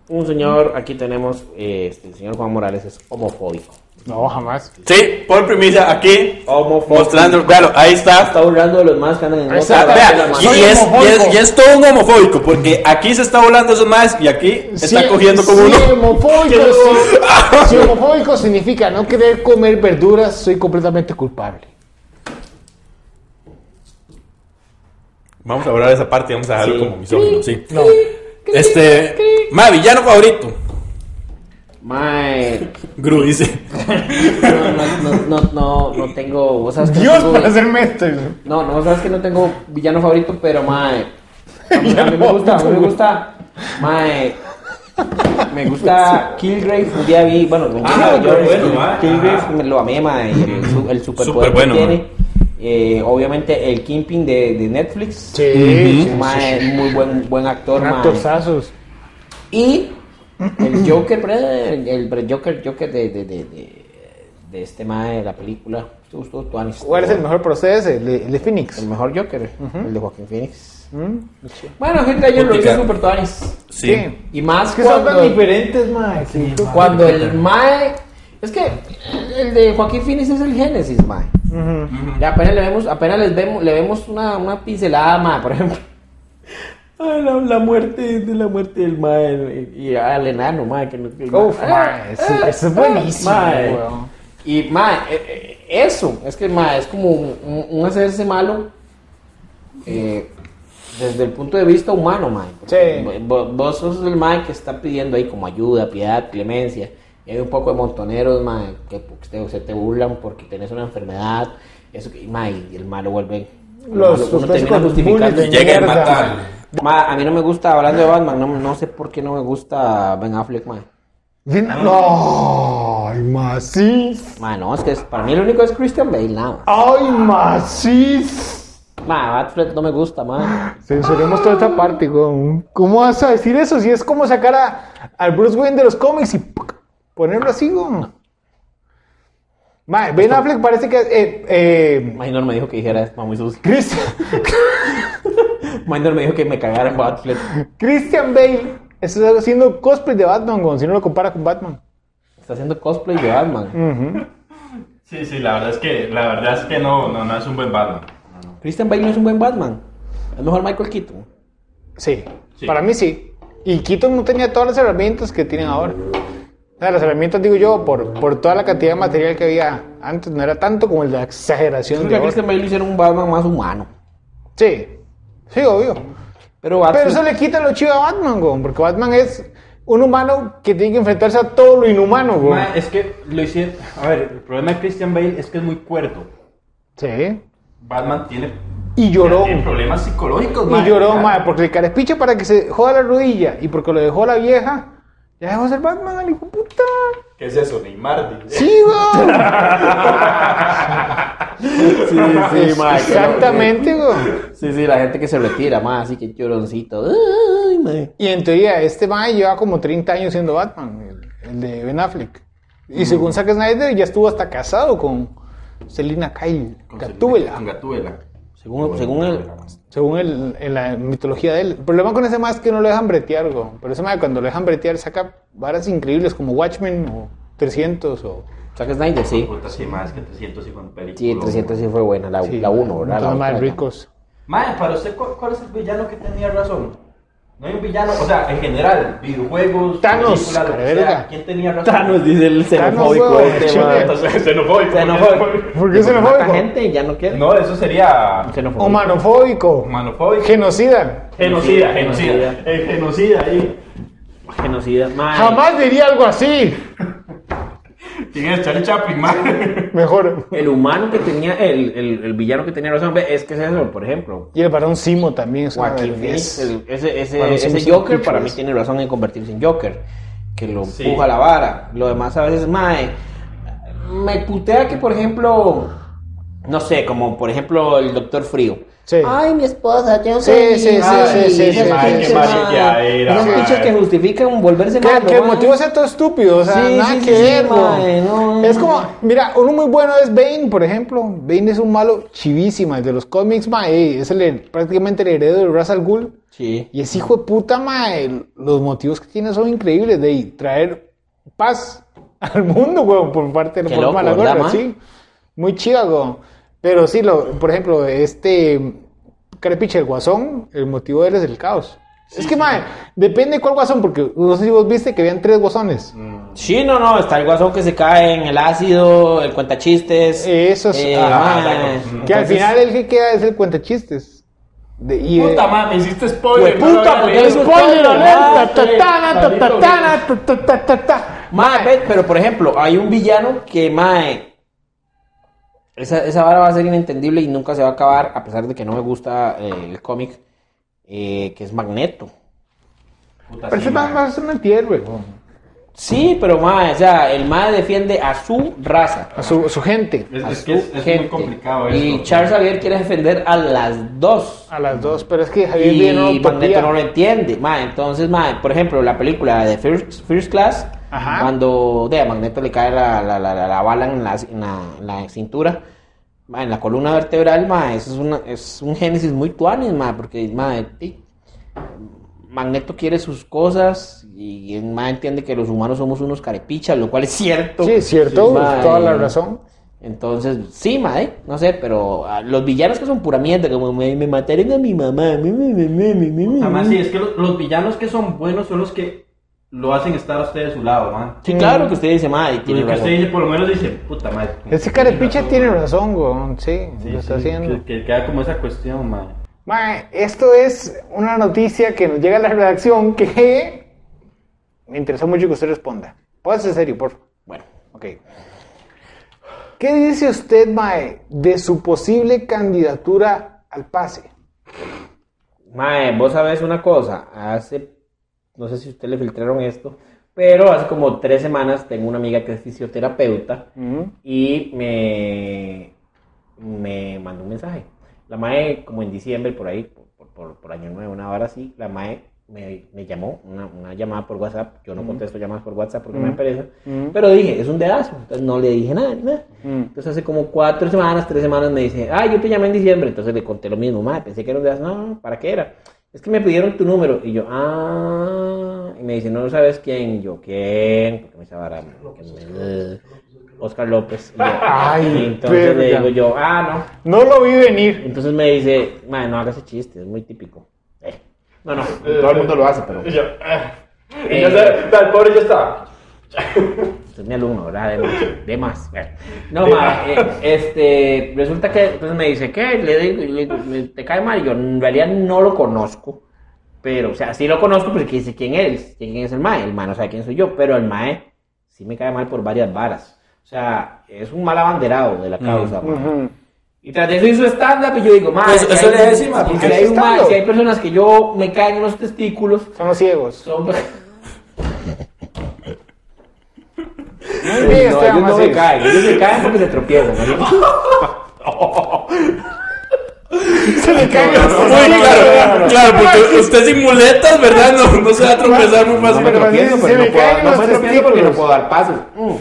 Un señor, aquí tenemos, eh, este, el señor Juan Morales es homofóbico. No, jamás. Sí, por premisa, aquí. Homofóbico. Mostrando, claro, ahí está. Está burlando de los más que andan en Exacto. moto, Vea, la y, mano. Soy y es, y, homofóbico. es, y es todo un homofóbico, porque aquí se está volando esos más y aquí está Sí, cogiendo como sí, uno. homofóbico, sí. Si homofóbico significa no querer comer verduras, soy completamente culpable. Vamos a hablar de esa parte y vamos a dejarlo Sí. como misógino, sí. No. Este, ma, villano favorito. Mae. Gru dice. No, no, no, no, no, no tengo. ¿Vos sabes que no Dios pues. tengo- para hacerme esto. dice. No, no, sabes que no tengo villano favorito, pero mae. A mí, a mí me Villano gusta, a mí me favorito. gusta. Mae. Me gusta Killgrave, un día vi, bueno, un día Ah, vi pero bueno, Kill- mae, Killgrave ah. me lo amé, mae, y el, su- el superpoder Súper bueno, que tiene. Eh, obviamente el Kingpin de, de Netflix. Sí, sí, sí, Mae, muy buen, buen actor, Son mae. actorzazos. Y el Joker, brother, el, el Joker, Joker de, de, de, de, de este mae de la película. ¿Te gustó Tuanis? ¿Cuál es el mejor proceso? El de, el de Phoenix. El mejor Joker, el de Joaquín Phoenix. ¿Mm? Sí. Bueno, Heath Ledger lo hizo Putica. super Tuanis. Sí. Y más Es que son tan cuando, diferentes, mae. Sí, mae. cuando el mae... Es que el de Joaquín Phoenix es el génesis, mae. Ujú. Ya apenas le vemos, apenas les vemos, le vemos una, una pincelada, mae, por ejemplo. Ay, la, la muerte, de la muerte del mae y y al enano, mae. Que, no- que- Uf, ah, mae, sí, ah, eso es ah, buenísimo, mae. weón. Y mae, eh, eh, eso, es que mae, es como un, un- un hacerse malo eh, desde el punto de vista humano, mae. Porque Sí. vo- vo- Vos sos el mae que está pidiendo ahí como ayuda, piedad, clemencia. Y hay un poco de montoneros, mae, que pues, te, se te burlan porque tenés una enfermedad. Eso que, mae, y el malo vuelve. el Los- malo- los uno ves termina con justificando. bullies Y llega el Mierda. matar. Ma, a mí no me gusta, hablando de Batman, no, no sé por qué no me gusta Ben Affleck, ma. Bien- No, ay, maciz. Ma, no, es que es- para mí lo único es Christian Bale, nada más. Ay, maciz. Ma, Affleck no me gusta, ma. Censuremos toda esta parte, weón. ¿Cómo vas a decir eso? Si es como sacar a, al Bruce Wayne de los cómics y ¡puc! ponerlo así, weón. Mae, Ben Affleck parece que. Eh, eh, Minor me dijo que dijera esto, ma, muy sucio. Christian, Minor me dijo que me cagara en Batfleck. Christian Bale está haciendo cosplay de Batman, weón, si no lo compara con Batman. Está haciendo cosplay de Batman. Sí, sí, la verdad es que, la verdad es que no, no, no es un buen Batman. Christian Bale no es un buen Batman. Es mejor Michael Keaton. Sí, Sí. para mí sí. Y Keaton no tenía todas las herramientas que tienen ahora. O sea, las herramientas, digo yo, por, por toda la cantidad de material que había antes, no era tanto como la Creo exageración que de a ahora. Christian Bale le hicieron un Batman más humano. Sí, sí, obvio. Pero Pero Batfleck... eso le quita lo chido a Batman, weón, porque Batman es un humano que tiene que enfrentarse a todo lo inhumano, weón. Ma, es que lo hicieron. A ver, el problema de Christian Bale es que es muy cuerdo. Sí. Batman tiene, Y tiene lloró. problemas psicológicos, Oh. Y lloró, madre, porque le carespicha para que se joda la rodilla y porque lo dejó la vieja, ya dejó ser Batman, al hijo de puta. ¿Qué es eso, Neymar? Sí, weón. Sí, sí, ma, que lo- Exactamente, weón. Sí, sí, la gente que se retira, ma, así que lloroncito. Ay, ma. Y en teoría, este mae lleva como 30 años siendo Batman, el, el de Ben Affleck. Y según Zack Snyder, ya estuvo hasta casado con Selina Kyle, Gatúbela, Con Gatúbela. Según, según el... según el- en la mitología de él. El problema con ese mae es que no lo dejan bretear, go. pero ese mae cuando lo dejan bretear saca varas increíbles como Watchmen o 300 o... Zack Snyder, sí. Puta, sí, ma, es que 300 y con película. Sí, 300 sí fue buena, la 1, sí, ¿verdad? La Los otra, más ¿no? ricos. Ma, para usted, ¿cuál, cuál es el villano que tenía razón? No hay un villano, o sea, en general, videojuegos, Thanos, películas, lo que careverga. sea, ¿quién tenía razón? Thanos dice el xenofóbico Thanos, este, huevón, ma. chile. Xenofóbico. Xenofóbico. ¿Por qué se lo Mata gente ya no quiere. No, eso sería Xenofóbico. Humanofóbico. humanofóbico. Genocida. genocida, genocida. genocida. El genocida ahí. Genocida, ma. Jamás diría algo así. ¿Quién es Charlie Chaplin, ma? Mejor. El humano que tenía, el, el, el villano que tenía razón, ve, es que es eso, por ejemplo. Y el varón Simo también es una Joaquín vergüenza. Phoenix, el- ese, Para ese, los ese Simpson Joker para mí Pictures. tiene razón en convertirse en Joker, que lo Sí. empuja a la vara. Lo demás a veces, mae, me putea que, por ejemplo, no sé, como por ejemplo el Doctor Frío. Sí. Ay, mi esposa, yo Sí, sí, soy- sí, Ay, sí, sí, esas sí, pinches, sí, mae. sí, maquilladera, Esas mae. pinches que justifican volverse Que, malo, que el mae. motivo sea todo estúpido, o sea, Sí, nada sí, que sí, sí, ver, weón. mae, no, no, Es no. como, mira, uno muy bueno es Bane, por ejemplo. Bane es un malo chivísima, el de los cómics, mae, es el, prácticamente el heredero de Ra's al Ghul. Sí. Y ese hijo de puta, mae, los motivos que tiene son increíbles de ahí, traer paz al mundo, weón, por parte de Qué por loco, Malagorra, ¿verdad, ma? sí. Muy chida, weón. Pero sí, lo, por ejemplo, este Carepiche, el guasón, el motivo de él es el caos. es que, mae, depende cuál guasón, porque no sé si vos viste que habían tres guasones. Sí, no, no, está el guasón que se cae en el ácido, el cuentachistes. Eh, Esos, ajá, mae. exacto. que al Entonces, final el que queda es el cuentachistes. De, y, eh, Puta, ma, me hiciste spoiler. Puta, no lo había porque leído. spoiler spoiler alerta, Ah, sí, tatana, maldito tatatana, ta, ta, ta, ta, ta. Mae, ve, pero por ejemplo, hay un villano que, mae. Esa, esa vara va a ser inentendible y nunca se va a acabar, a pesar de que no me gusta eh, el cómic, eh, que es Magneto. Puta, Pero sí, ese man va mae. a ser un antihéroe. Sí, pero mae, o sea, el mae defiende a su raza. A su, a su gente. Es, a es su que es, es muy gente. complicado eso. Y Charles Xavier quiere defender a las dos. A las dos. Pero es que Javier Y Díaz no lo Magneto podía. no lo entiende. mae. entonces, mae, por ejemplo, la película de First, First Class, Ajá. cuando de, a Magneto le cae la, la, la, la- la bala en la, en la- en la cintura, mae, en la columna vertebral, mae, eso es, una, es un génesis muy tuanis, mae, porque mae, ti- Magneto quiere sus cosas y el mae entiende que los humanos somos unos carepichas, lo cual es cierto. Sí, es cierto. pues, Sí, mae. toda la razón. Entonces, sí, mae, no sé, pero ah, los villanos que son pura mierda, como me, me mataron a mi mamá. mi, mi, mi, mi, mi, mi, mi, Además, mi. sí, es que los, los villanos que son buenos son los que lo hacen estar a usted de su lado, man. Sí, claro que usted dice, mae, tiene Porque razón. usted dice, por lo menos dice, puta madre. Ese carepicha tiene razón, weón. Sí, Sí, lo está sí, haciendo. Que, que queda como esa cuestión, man. Mae, esto es una noticia que nos llega a la redacción que me interesa mucho que usted responda. Póngase en serio, por favor. Bueno, Ok. ¿Qué dice usted, Mae, de su posible candidatura al pase? mae, vos sabés una cosa, hace, no sé si usted le filtraron esto, pero hace como tres semanas tengo una amiga que es fisioterapeuta y me, me mandó un mensaje. La MAE, como en diciembre, por ahí, por, por- por- por Año Nuevo, una hora así, la MAE me, me llamó, una, una llamada por WhatsApp. Yo no contesto llamadas por WhatsApp porque me pereza, pero dije, es un dedazo, entonces no le dije nada, ni nada. Entonces hace como cuatro semanas, tres semanas me dice, ah, yo te llamé en diciembre, entonces le conté lo mismo, MAE, pensé que era un dedazo, no, no, ¿para qué era? Es que me pidieron tu número y yo, ah, y me dice, no sabes quién, y yo, ¿quién? Porque me estaba Oscar López. Y yo, Ay, entonces le verga. digo yo, ah, No lo vi no. venir. Entonces me dice, "Mae, no hagas ese chiste, es muy típico. Eh, No, no, todo el mundo lo hace, pero. Y yo, Y ya se- el pobre ya estaba. es mi alumno, ¿verdad? De más. De más. Bueno. No, ma, eh, este, resulta que entonces me dice, ¿qué? Le digo, le digo, me- ¿te cae mal? Y yo, en realidad no lo conozco, pero, o sea, sí lo conozco porque dice quién es, quién es el mae. El mae no sabe quién soy yo, pero el mae sí me cae mal por varias varas. O sea, es un mal abanderado de la Mm. causa, ma. Y tras de eso hizo stand-up y yo digo, mae, Eso- si Pues, eso hay- le decimos, si porque hay hizo un mae, stand-up. si hay personas que yo me caen en los testículos, Son los ciegos. son... Muy no, bien, Esteban ellos no se Macías. caen, ellos se caen porque se tropiezan. ¿no? Se le caen los Uy, claro, claro, porque usted sin muletas, ¿verdad? No, no se va a tropezar muy No fácil. me Pero tropiezo, se pero pues, me no puedo, caen no los me tropiezo porque no testículos. puedo dar pasos. Mm.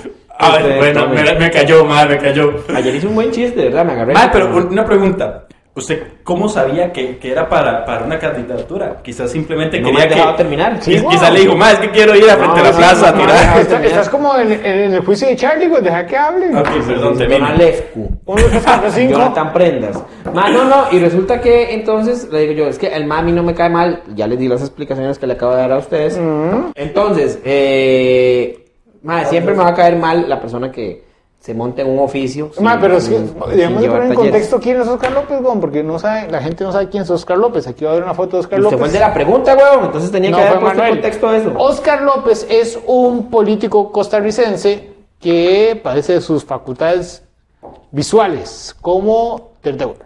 Ay, Ustedes bueno, tomen. me, me cayó, madre, me cayó. Ayer hice un buen chiste, ¿verdad? Me agarré. Madre, pero una pregunta. ¿Usted cómo sabía que, que era para, para una candidatura? Quizás simplemente no me quería has dejado que... terminar. Sí, wow. Quizás le dijo, madre, es que quiero ir a frente No, a la sí, plaza no, a no, tirar. no, Estás, estás como en, en el juicio de Charlie, güey. Deja que hablen. Ok, perdón, Don termina. Alescu. Uno, dos, cuatro, cinco. Jonathan Prendas. Ma, no, no, y resulta que entonces le digo yo, es que el mami no me cae mal, ya les di las explicaciones que le acabo de dar a ustedes. Mm. Entonces, eh, ma, siempre me va a caer mal la persona que se monte en un oficio. Ma, sin- pero es que, sin- sin debemos de llevar poner en talleres. contexto quién es Oscar López, güey, porque no sabe, la gente no sabe quién es Oscar López. Aquí va a haber una foto de Oscar Y Usted fue López. el de la pregunta, huevón, entonces tenía No, que fue haber puesto en Manuel. contexto eso. Oscar López es un político costarricense que padece de sus facultades visuales, como Daredevil.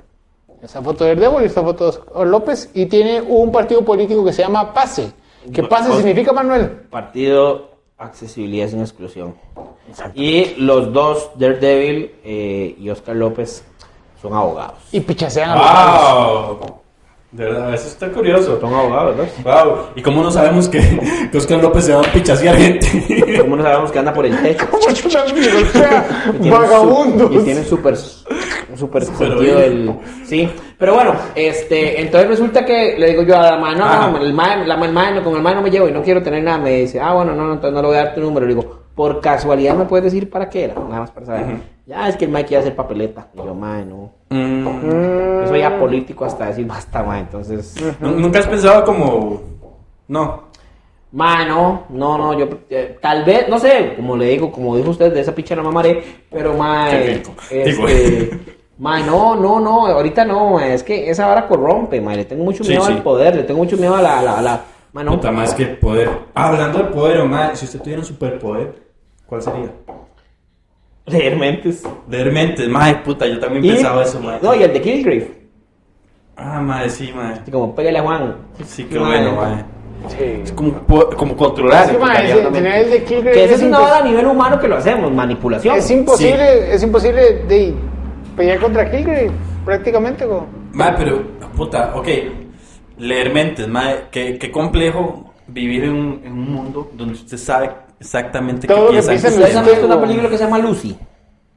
Esta foto de Daredevil y esta foto de Oscar López, y tiene un partido político que se llama PASE. ¿Qué PASE Os- significa, Manuel? Partido Accesibilidad sin Exclusión. Y los dos, Daredevil eh, y Oscar López, son abogados. Y pichasean a los malos. ¡Wow! De verdad, eso está curioso. Son abogados, ¿verdad? ¡Wow! ¿Y cómo no sabemos que, que Oscar López se va a pichasear gente? ¿Cómo no sabemos que anda por el techo? O sea, Y tienen su- Vagabundos. Y tienen súper un súper sentido oído. del... Sí, pero bueno, este, entonces resulta que le digo yo a la madre, no, no, Ajá. el mae, la mae- el mae no, con el mae no me llevo y no quiero tener nada. Me dice, ah, bueno, no, no, entonces no le voy a dar tu número. Le digo, por casualidad me puedes decir para qué era, nada más para saber. Ya, es que el mae quiere hacer papeleta. Y yo, mae, no. Mm, Yo soy apolítico hasta decir basta, mae, entonces... nu- ¿Nunca has pensado como... No. Ma, no, no, no, yo eh, tal vez, no sé, como le digo, como dijo usted, de esa picha no mamaré, pero ma, Qué eh, rico. Digo. este, ma, no, no, no, ahorita no, ma, es que esa vara corrompe, ma, le tengo mucho Sí, miedo sí. al poder, le tengo mucho miedo a la, a la, a la, ma, no, Puta más que poder. Ah, hablando de poder, o madre, si usted tuviera un superpoder, ¿Cuál sería? Leer mentes. De Hermentes, madre puta, yo también Y- pensaba eso, madre. No, y el de Killgrave. Ah, madre, sí, madre. Así como, pégale a Juan. Sí, qué Madre. bueno, madre. Sí. Es como, po- como controlar. Sí, ma, ese- tener el de Kilgrave Que esa es es una impos- hora a nivel humano que lo hacemos, manipulación. Es imposible, es imposible de pelear contra Kilgrave, prácticamente. güey. Madre, pero, puta, ok. Leer mentes, madre, qué, qué complejo vivir en un, en un mundo donde usted sabe exactamente Todo lo que piensa en Ustedes Sí, han visto una güey. película que se llama Lucy.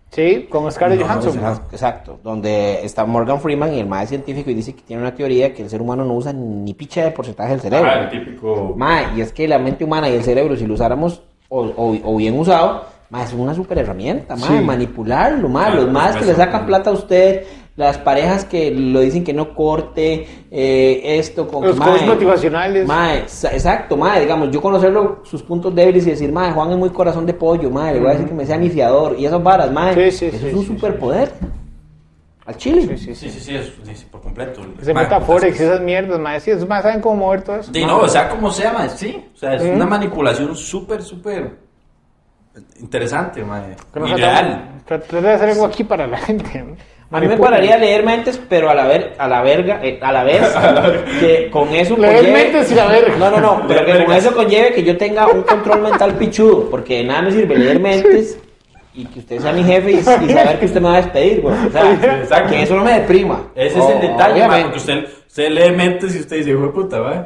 Sí, con Scarlett No, Johansson. Ajá, Exacto, donde está Morgan Freeman y el maestro científico y dice que tiene una teoría que el ser humano no usa ni picha de porcentaje del cerebro. Ah, el típico. Ma, y es que la mente humana y el cerebro, si lo usáramos o, o- o bien usado, ma, es una super herramienta, ma, Sí. manipularlo, ma, Claro, los por más que le supuesto. sacan plata a usted, las parejas que lo dicen que no corte, eh, esto con Los ma, coaches motivacionales. ma, exa- exacto, ma, digamos, yo conocerlo sus puntos débiles y decir, ma, Juan es muy corazón de pollo, ma, le voy a decir que me sea mi fiador y esas varas, ma, Sí, sí, eso sí, es un sí, superpoder. Al Sí, chile. sí, sí. Sí, sí, sí, es, sí, sí, por completo. Que se Madre, meta a puta, Forex y esas mierdas, ma. Sí, es más, ¿saben cómo mover todo eso? Sí, no, o sea, como sea, mae, sí. O sea, es una manipulación súper, súper interesante, mae. Que no Ideal. tratamos- Tratar de hacer algo aquí para la gente. ¿no? A mí me Manipulen. pararía leer mentes, pero a la, ver, a la verga, eh, a la vez, que con eso Leer mentes y la verga. No, no, no, pero que con eso conlleve que yo tenga un control mental pichudo, porque de nada me sirve leer mentes y que usted sea mi jefe y, y saber que usted me va a despedir, güey. O sea, exacto. que eso no me deprima. Ese es el Oh, O- detalle, mae, porque obviamente. usted, usted lee mentes y usted dice, hijo de puta, mae.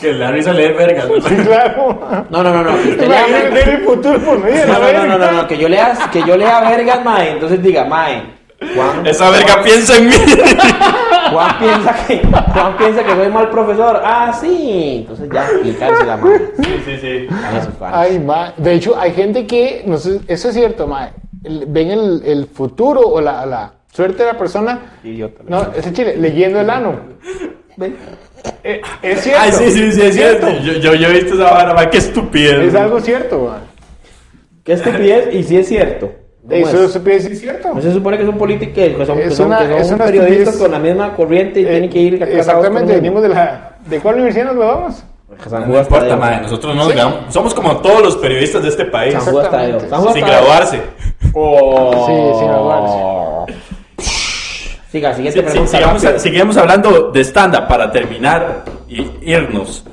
Que la risa lee vergas, Sí, mae. claro. No, no, no, no. que usted lea Imagínate mentes- el futuro por medio de No, la no, no, no, verga. no, no, que yo lea, que yo lea vergas, mae, entonces diga, mae, Juan, Esa verga piensa en mí. Juan piensa que Juan piensa que soy mal profesor. Ah, sí. Entonces ya, explicarse la madre. Sí, sí, sí. En esos panes. Ay, ma. De hecho, hay gente que, no sé, eso es cierto, ma. El- Ven el, el futuro o la, la suerte de la persona. Idiota. No, ese chile, leyendo el ano. Ven. Eh, es cierto. Ay, sí, sí, sí, es cierto. Yo, yo, yo he visto esa vara, mae, qué estupidez. Es algo cierto, ma. Qué estupidez y este sí es cierto. ¿Cómo Eso es? se puede decir cierto. No se supone que son políticos, que son, que Es son- una- que son es una periodistas estupidez. con la misma corriente y tienen que ir Eh, Exactamente, venimos de la. ¿De cuál universidad nos lo vamos? Pues San No Juan hasta importa, mae. Nosotros no nos grabamos- Somos como todos los periodistas de este país. San Juan hasta Exactamente. San Juan Sin hasta- graduarse. Oh. Sí, sin graduarse. Siga, siguiente Sí, sí, Este pregunta. sigamos, rápido. sigamos hablando de estándar para terminar y irnos.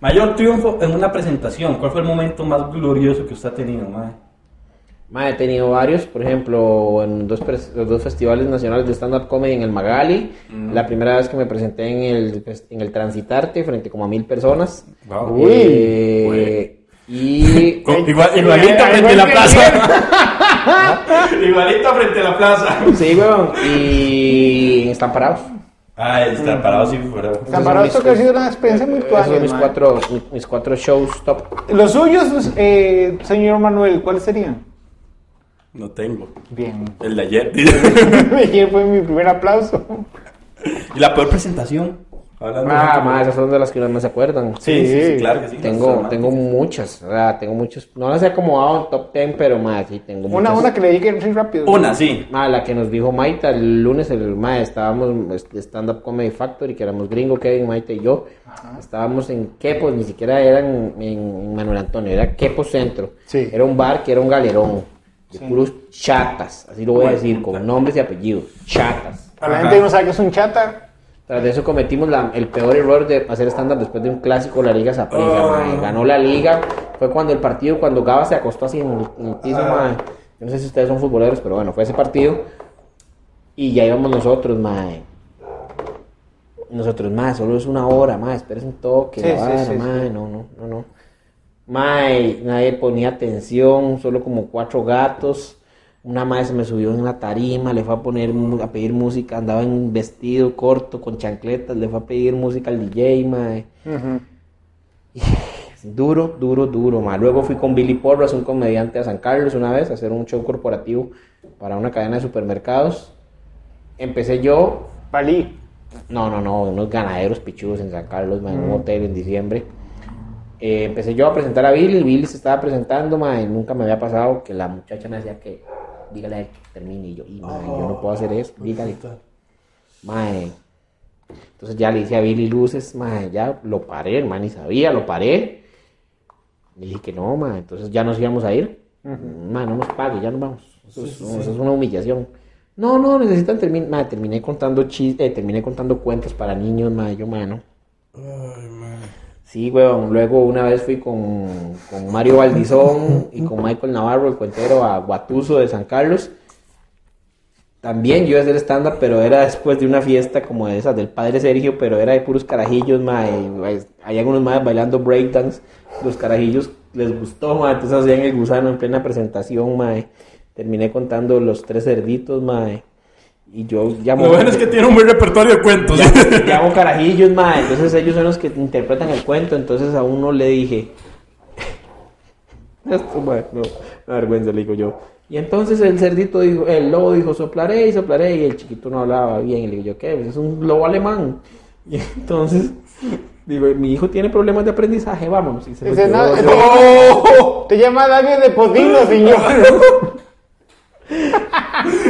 Mayor triunfo en una presentación. ¿Cuál fue el momento más glorioso que usted ha tenido, mae? Ma, he tenido varios, por ejemplo, en dos, pres- los dos festivales nacionales de stand-up comedy en el Magali. Mm. La primera vez que me presenté en el, fes- en el Transitarte frente como a mil personas. Wow. Uy. Eh, y Co- igual- igualito Eh, frente a la igual que plaza. igualito frente a la plaza. sí, weón, y están parados. Ah, está parado si fuera. San Barato que ha sido una experiencia muy Esos son tuanis, mis ma. cuatro, mis, mis cuatro shows top. Los suyos, eh, señor Manuel, ¿cuáles serían? No tengo. Bien. El de ayer. dice. Ayer fue mi primer aplauso. y la peor presentación. Hablando Ah, de- ma, esas son de las que no me se acuerdan. Sí, sí, sí, Sí. claro que sí. Tengo, Las tengo dramáticas. muchas, ¿verdad? tengo muchos. No las he acomodado en top 10, pero más, sí, tengo Una, muchas. una que le dije que era muy rápido. Una, sí. Ah, la que nos dijo Maita el lunes, el ma, estábamos este, Stand Up Comedy Factory, que éramos gringo, Kevin, Maita y yo. Estábamos en Quepos, ni siquiera eran en, en Manuel Antonio, era Quepos Centro. Sí. Era un bar que era un galerón, de puros chatas, así lo voy a Bueno, decir, con nombres y apellidos, chatas. Para la Ajá. gente que no sabe que es un chata. Tras de eso cometimos la- el peor error de hacer stand-up después de un clásico, la Liga Saprissa, Ah. mae. Ganó la Liga. Fue cuando el partido, cuando Gaba se acostó así en el, en el piso, mae. Yo no sé si ustedes son futboleros, pero bueno, fue ese partido. Y ya íbamos nosotros, mae. Nosotros, mae, solo es una hora, mae. Esperes un toque, Sí, la sí, vara, sí, sí. mae. No, no, no, no. Mae, nadie ponía atención, solo como cuatro gatos. Una madre se me subió en la tarima, le fue a poner mu- a pedir música, andaba en un vestido corto con chancletas, le fue a pedir música al DJ, mae. Duro, duro, duro, mae. Luego fui con Billy Porras, un comediante a San Carlos una vez, a hacer un show corporativo para una cadena de supermercados. Empecé yo, Palí. no, no, no, unos ganaderos pichudos en San Carlos, mae, en un hotel en diciembre. Eh, empecé yo a presentar a Billy, Billy se estaba presentando, mae, y nunca me había pasado que la muchacha me decía que dígale a él que termine, y yo, y, mae, yo no puedo hacer eso, dígale. Mae. Entonces ya le hice a Billy luces, mae, ya lo paré, el man ni sabía, lo paré. Le dije que no, mae, entonces ya nos íbamos a ir. Ma, no nos pague, ya nos vamos. Eso es, eso es una humillación. No, no, necesitan terminar. terminé contando chis eh, terminé contando cuentos para niños, ma, yo, mano. Sí, weón. Luego una vez fui con, con Mario Valdizón y con Michael Navarro, el cuentero, a Guatuso de San Carlos. También yo iba a hacer stand-up, pero era después de una fiesta como esa del padre Sergio, pero era de puros carajillos, mae. Hay algunos más bailando breakdance. Los carajillos les gustó, mae. Entonces hacían el gusano en plena presentación, mae. Terminé contando los tres cerditos, mae. Y yo llamo. Lo bueno es que tiene un buen repertorio de cuentos. Y hago carajillos, ma. Entonces ellos son los que interpretan el cuento. Entonces a uno le dije. Esto, ma, no, una vergüenza, le digo yo. Y entonces el cerdito dijo, el lobo dijo, soplaré y soplaré. Y el chiquito no hablaba bien. Y le digo yo, ¿qué? Pues es un lobo alemán. Y entonces, digo, mi hijo tiene problemas de aprendizaje, vámonos. Y se los Dice, llevó. no, te, Oh. te llama David de Podino, señor.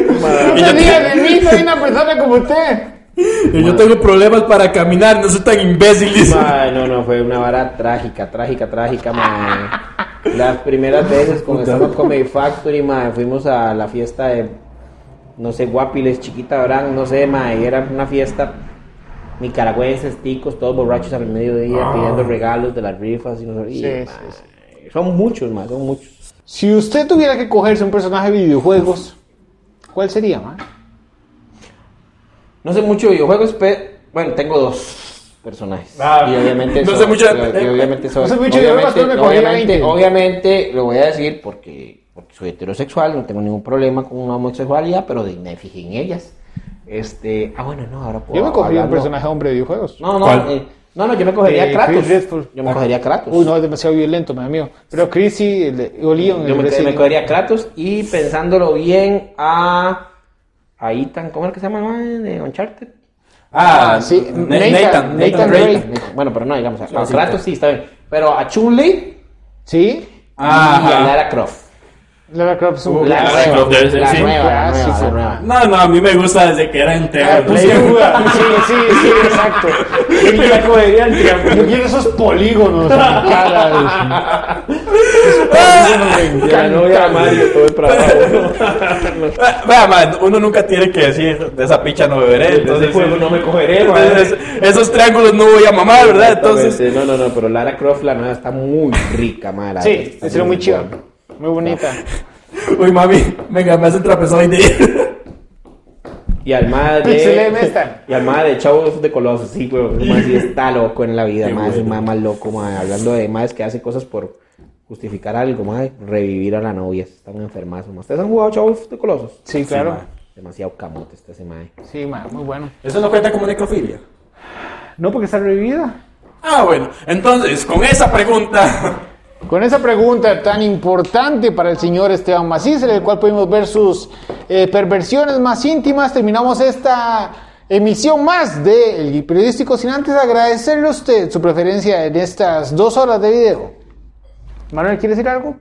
No se diga de mí, soy una persona como usted. Y yo tengo problemas para caminar, no soy tan imbécil. dice. Ay, no, no, fue una vara trágica, trágica, trágica, mae. Las primeras veces con Stand Up Comedy Factory, mae, fuimos a la fiesta de, no sé, Guapiles, Chiquita Brand, no sé, mae, era una fiesta nicaragüenses, ticos, todos borrachos al mediodía, pidiendo regalos de las rifas y no sé, y, Sí, mae, sí, son muchos, mae, son muchos. Si usted tuviera que cogerse un personaje de videojuegos, ¿cuál sería, man? No sé mucho de videojuegos, pero, bueno, tengo dos personajes. Ah, y obviamente no soy- sé mucho de- y, y obviamente soy- No sé mucho de videojuegos, obviamente, pero me cogí obviamente, 20. obviamente lo voy a decir porque, porque soy heterosexual, no tengo ningún problema con una homosexualidad, pero de- me fijé en ellas. Este, ah bueno, no, ahora puedo Yo me cogería un hablarlo. personaje hombre de videojuegos. No, no, ¿Cuál? eh, no, no, yo me cogería Eh, a Kratos. Ah. Chris Redford. Yo me cogería a Kratos. Uy, no, es demasiado violento, me da miedo. Pero Chris sí, el de Leon, el yo me, de me Resident cogería a Kratos y pensándolo bien a a Ethan, ¿cómo es que se llama? man? De Uncharted. Ah, sí, Na- Nathan, Nathan, Nathan Nathan Drake. Drake. Drake. Bueno, pero no, digamos, a, Ah, sí, Kratos sí, está bien. Pero a Chun-Li ¿Sí? y a Ah, Ajá. Lara Croft. Lara Croft es un Uh, Lara clásico. Croft debe ser, la sí. nueva, la nueva, Clásico. la nueva. No, no, a mí me gusta desde que era en Ah, pues, sí, Play. sí, sí, exacto. Me la cogería en Yo quiero esos polígonos en mi cara. La novia de Mario, todo el trabajo. Ah, Vea, man, uno nunca tiene que decir de esa picha no beberé. Entonces, no me cogeré, entonces, esos triángulos no voy a mamar, ¿verdad? Entonces, Entonces, no, no, no, pero Lara Croft, la nueva, está muy rica, mala. Sí, es muy chido. Muy bonita. uy, mami, venga, me hacen trapezado y de. Y al madre. Pixeleme esta. Y al madre de Chavos de Colossus, sí, güey. ese mae sí está loco en la vida, Qué más bueno. más más loco, mae. Hablando de madres que hace cosas por justificar algo, madre. Revivir a la novia, están enfermazos, mae. ¿Ustedes han jugado Chavos de Colossus? Sí, claro. ma. Demasiado camote está ese mae. Sí, ma, muy bueno. Eso no cuenta como necrofilia. No, porque está revivida. Ah, bueno, entonces, con esa pregunta. Con esa pregunta tan importante para el señor Esteban Macís, en el cual pudimos ver sus eh, perversiones más íntimas, terminamos esta emisión más de El Periodístico sin antes agradecerle a usted su preferencia en estas dos horas de video. Manuel, ¿quieres decir algo?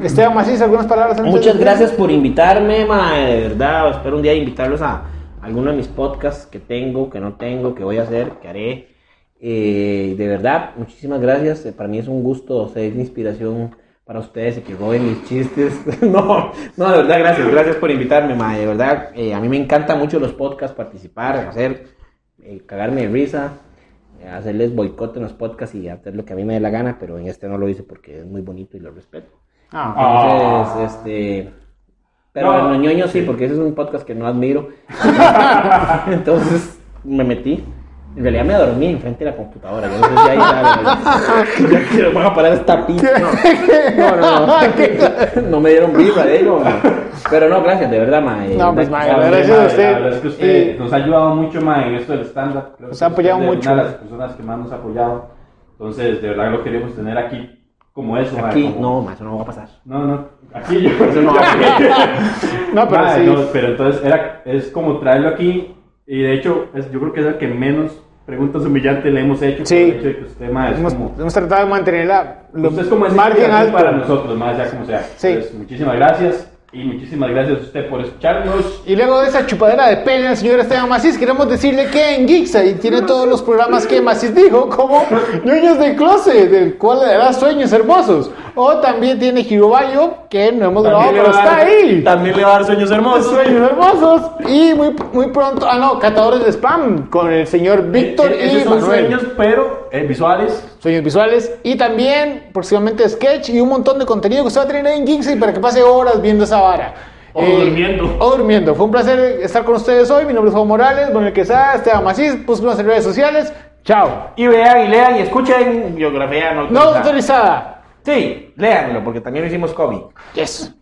Esteban Macís, algunas palabras antes Muchas de- gracias por invitarme, mae, de verdad. Espero un día invitarlos a alguno de mis podcasts que tengo, que no tengo, que voy a hacer, que haré. Eh, de verdad, muchísimas gracias. eh, Para mí es un gusto ser inspiración para ustedes y que roben mis chistes. no, no, de verdad, gracias. Gracias por invitarme, mae. De verdad, eh, a mí me encantan mucho los podcasts, participar, hacer, eh, cagarme de risa. eh, Hacerles boicot en los podcasts y hacer lo que a mí me dé la gana, pero en este no lo hice porque es muy bonito y lo respeto. Ah, Entonces, este. Pero en los ñoños sí, porque ese es un podcast que no admiro. Entonces, me metí. En realidad me dormí enfrente de la computadora. Yo no sé si ahí sale. Ya quiero, voy a parar esta pinche. No, no, no. No, no me dieron vibra de ello. ma. Pero no, gracias, de verdad, ma. Eh, No, pues, verdad, ma, gracias a usted. La verdad es que usted Eh, nos ha ayudado mucho más en esto del stand-up. Creo Nos que ha apoyado usted es mucho. Una de las personas que más nos ha apoyado. Entonces, de verdad lo queremos tener aquí como eso. ma, Aquí, como- no, ma, eso no va a pasar. No, no. Aquí yo. Eso no va a pasar. no, Ah, pero Ma, sí. no, pero entonces era, es como traerlo aquí. Y de hecho, es- yo creo que es el que menos preguntas humillantes le hemos hecho. Sí. por el hecho de que usted, ma, es hemos, como. hemos tratado de mantener la lo Usted es como ese margen inspiración alto. para nosotros, más sea como sea. Sí. Entonces, muchísimas gracias. Y muchísimas gracias a usted por escucharnos. Y luego de esa chupadera de pena, señor Esteban Macís, queremos decirle que en Geekside tiene todos los programas que Macís dijo, como Niños de Closet, del cual le dará sueños hermosos. O también tiene Girobayo, que no hemos grabado, pero está ahí. También le va a dar sueños hermosos. Sueños hermosos. Y muy, muy pronto, ah no, Catadores de Spam, con el señor E- Víctor Eh, eh, esos y son Manuel. sueños, pero eh, visuales. sueños visuales y también próximamente sketch y un montón de contenido que usted va a tener en Geeksy para que pase horas viendo esa vara. Eh, O durmiendo. O durmiendo. Fue un placer estar con ustedes hoy. Mi nombre es Juan Morales, Manuel Quesada, Esteban Macís, pusimos este en redes sociales. Chao. Y vean y lean y escuchen biografía no No autorizada. autorizada. Sí, léanlo, porque también hicimos cómic. Yes.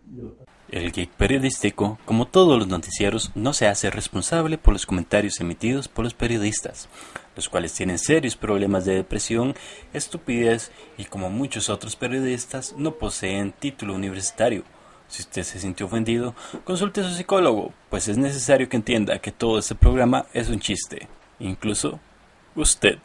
El Geek Periodístico, como todos los noticieros, no se hace responsable por los comentarios emitidos por los periodistas, los cuales tienen serios problemas de depresión, estupidez y, como muchos otros periodistas, no poseen título universitario. Si usted se sintió ofendido, consulte a su psicólogo, pues es necesario que entienda que todo este programa es un chiste, incluso usted.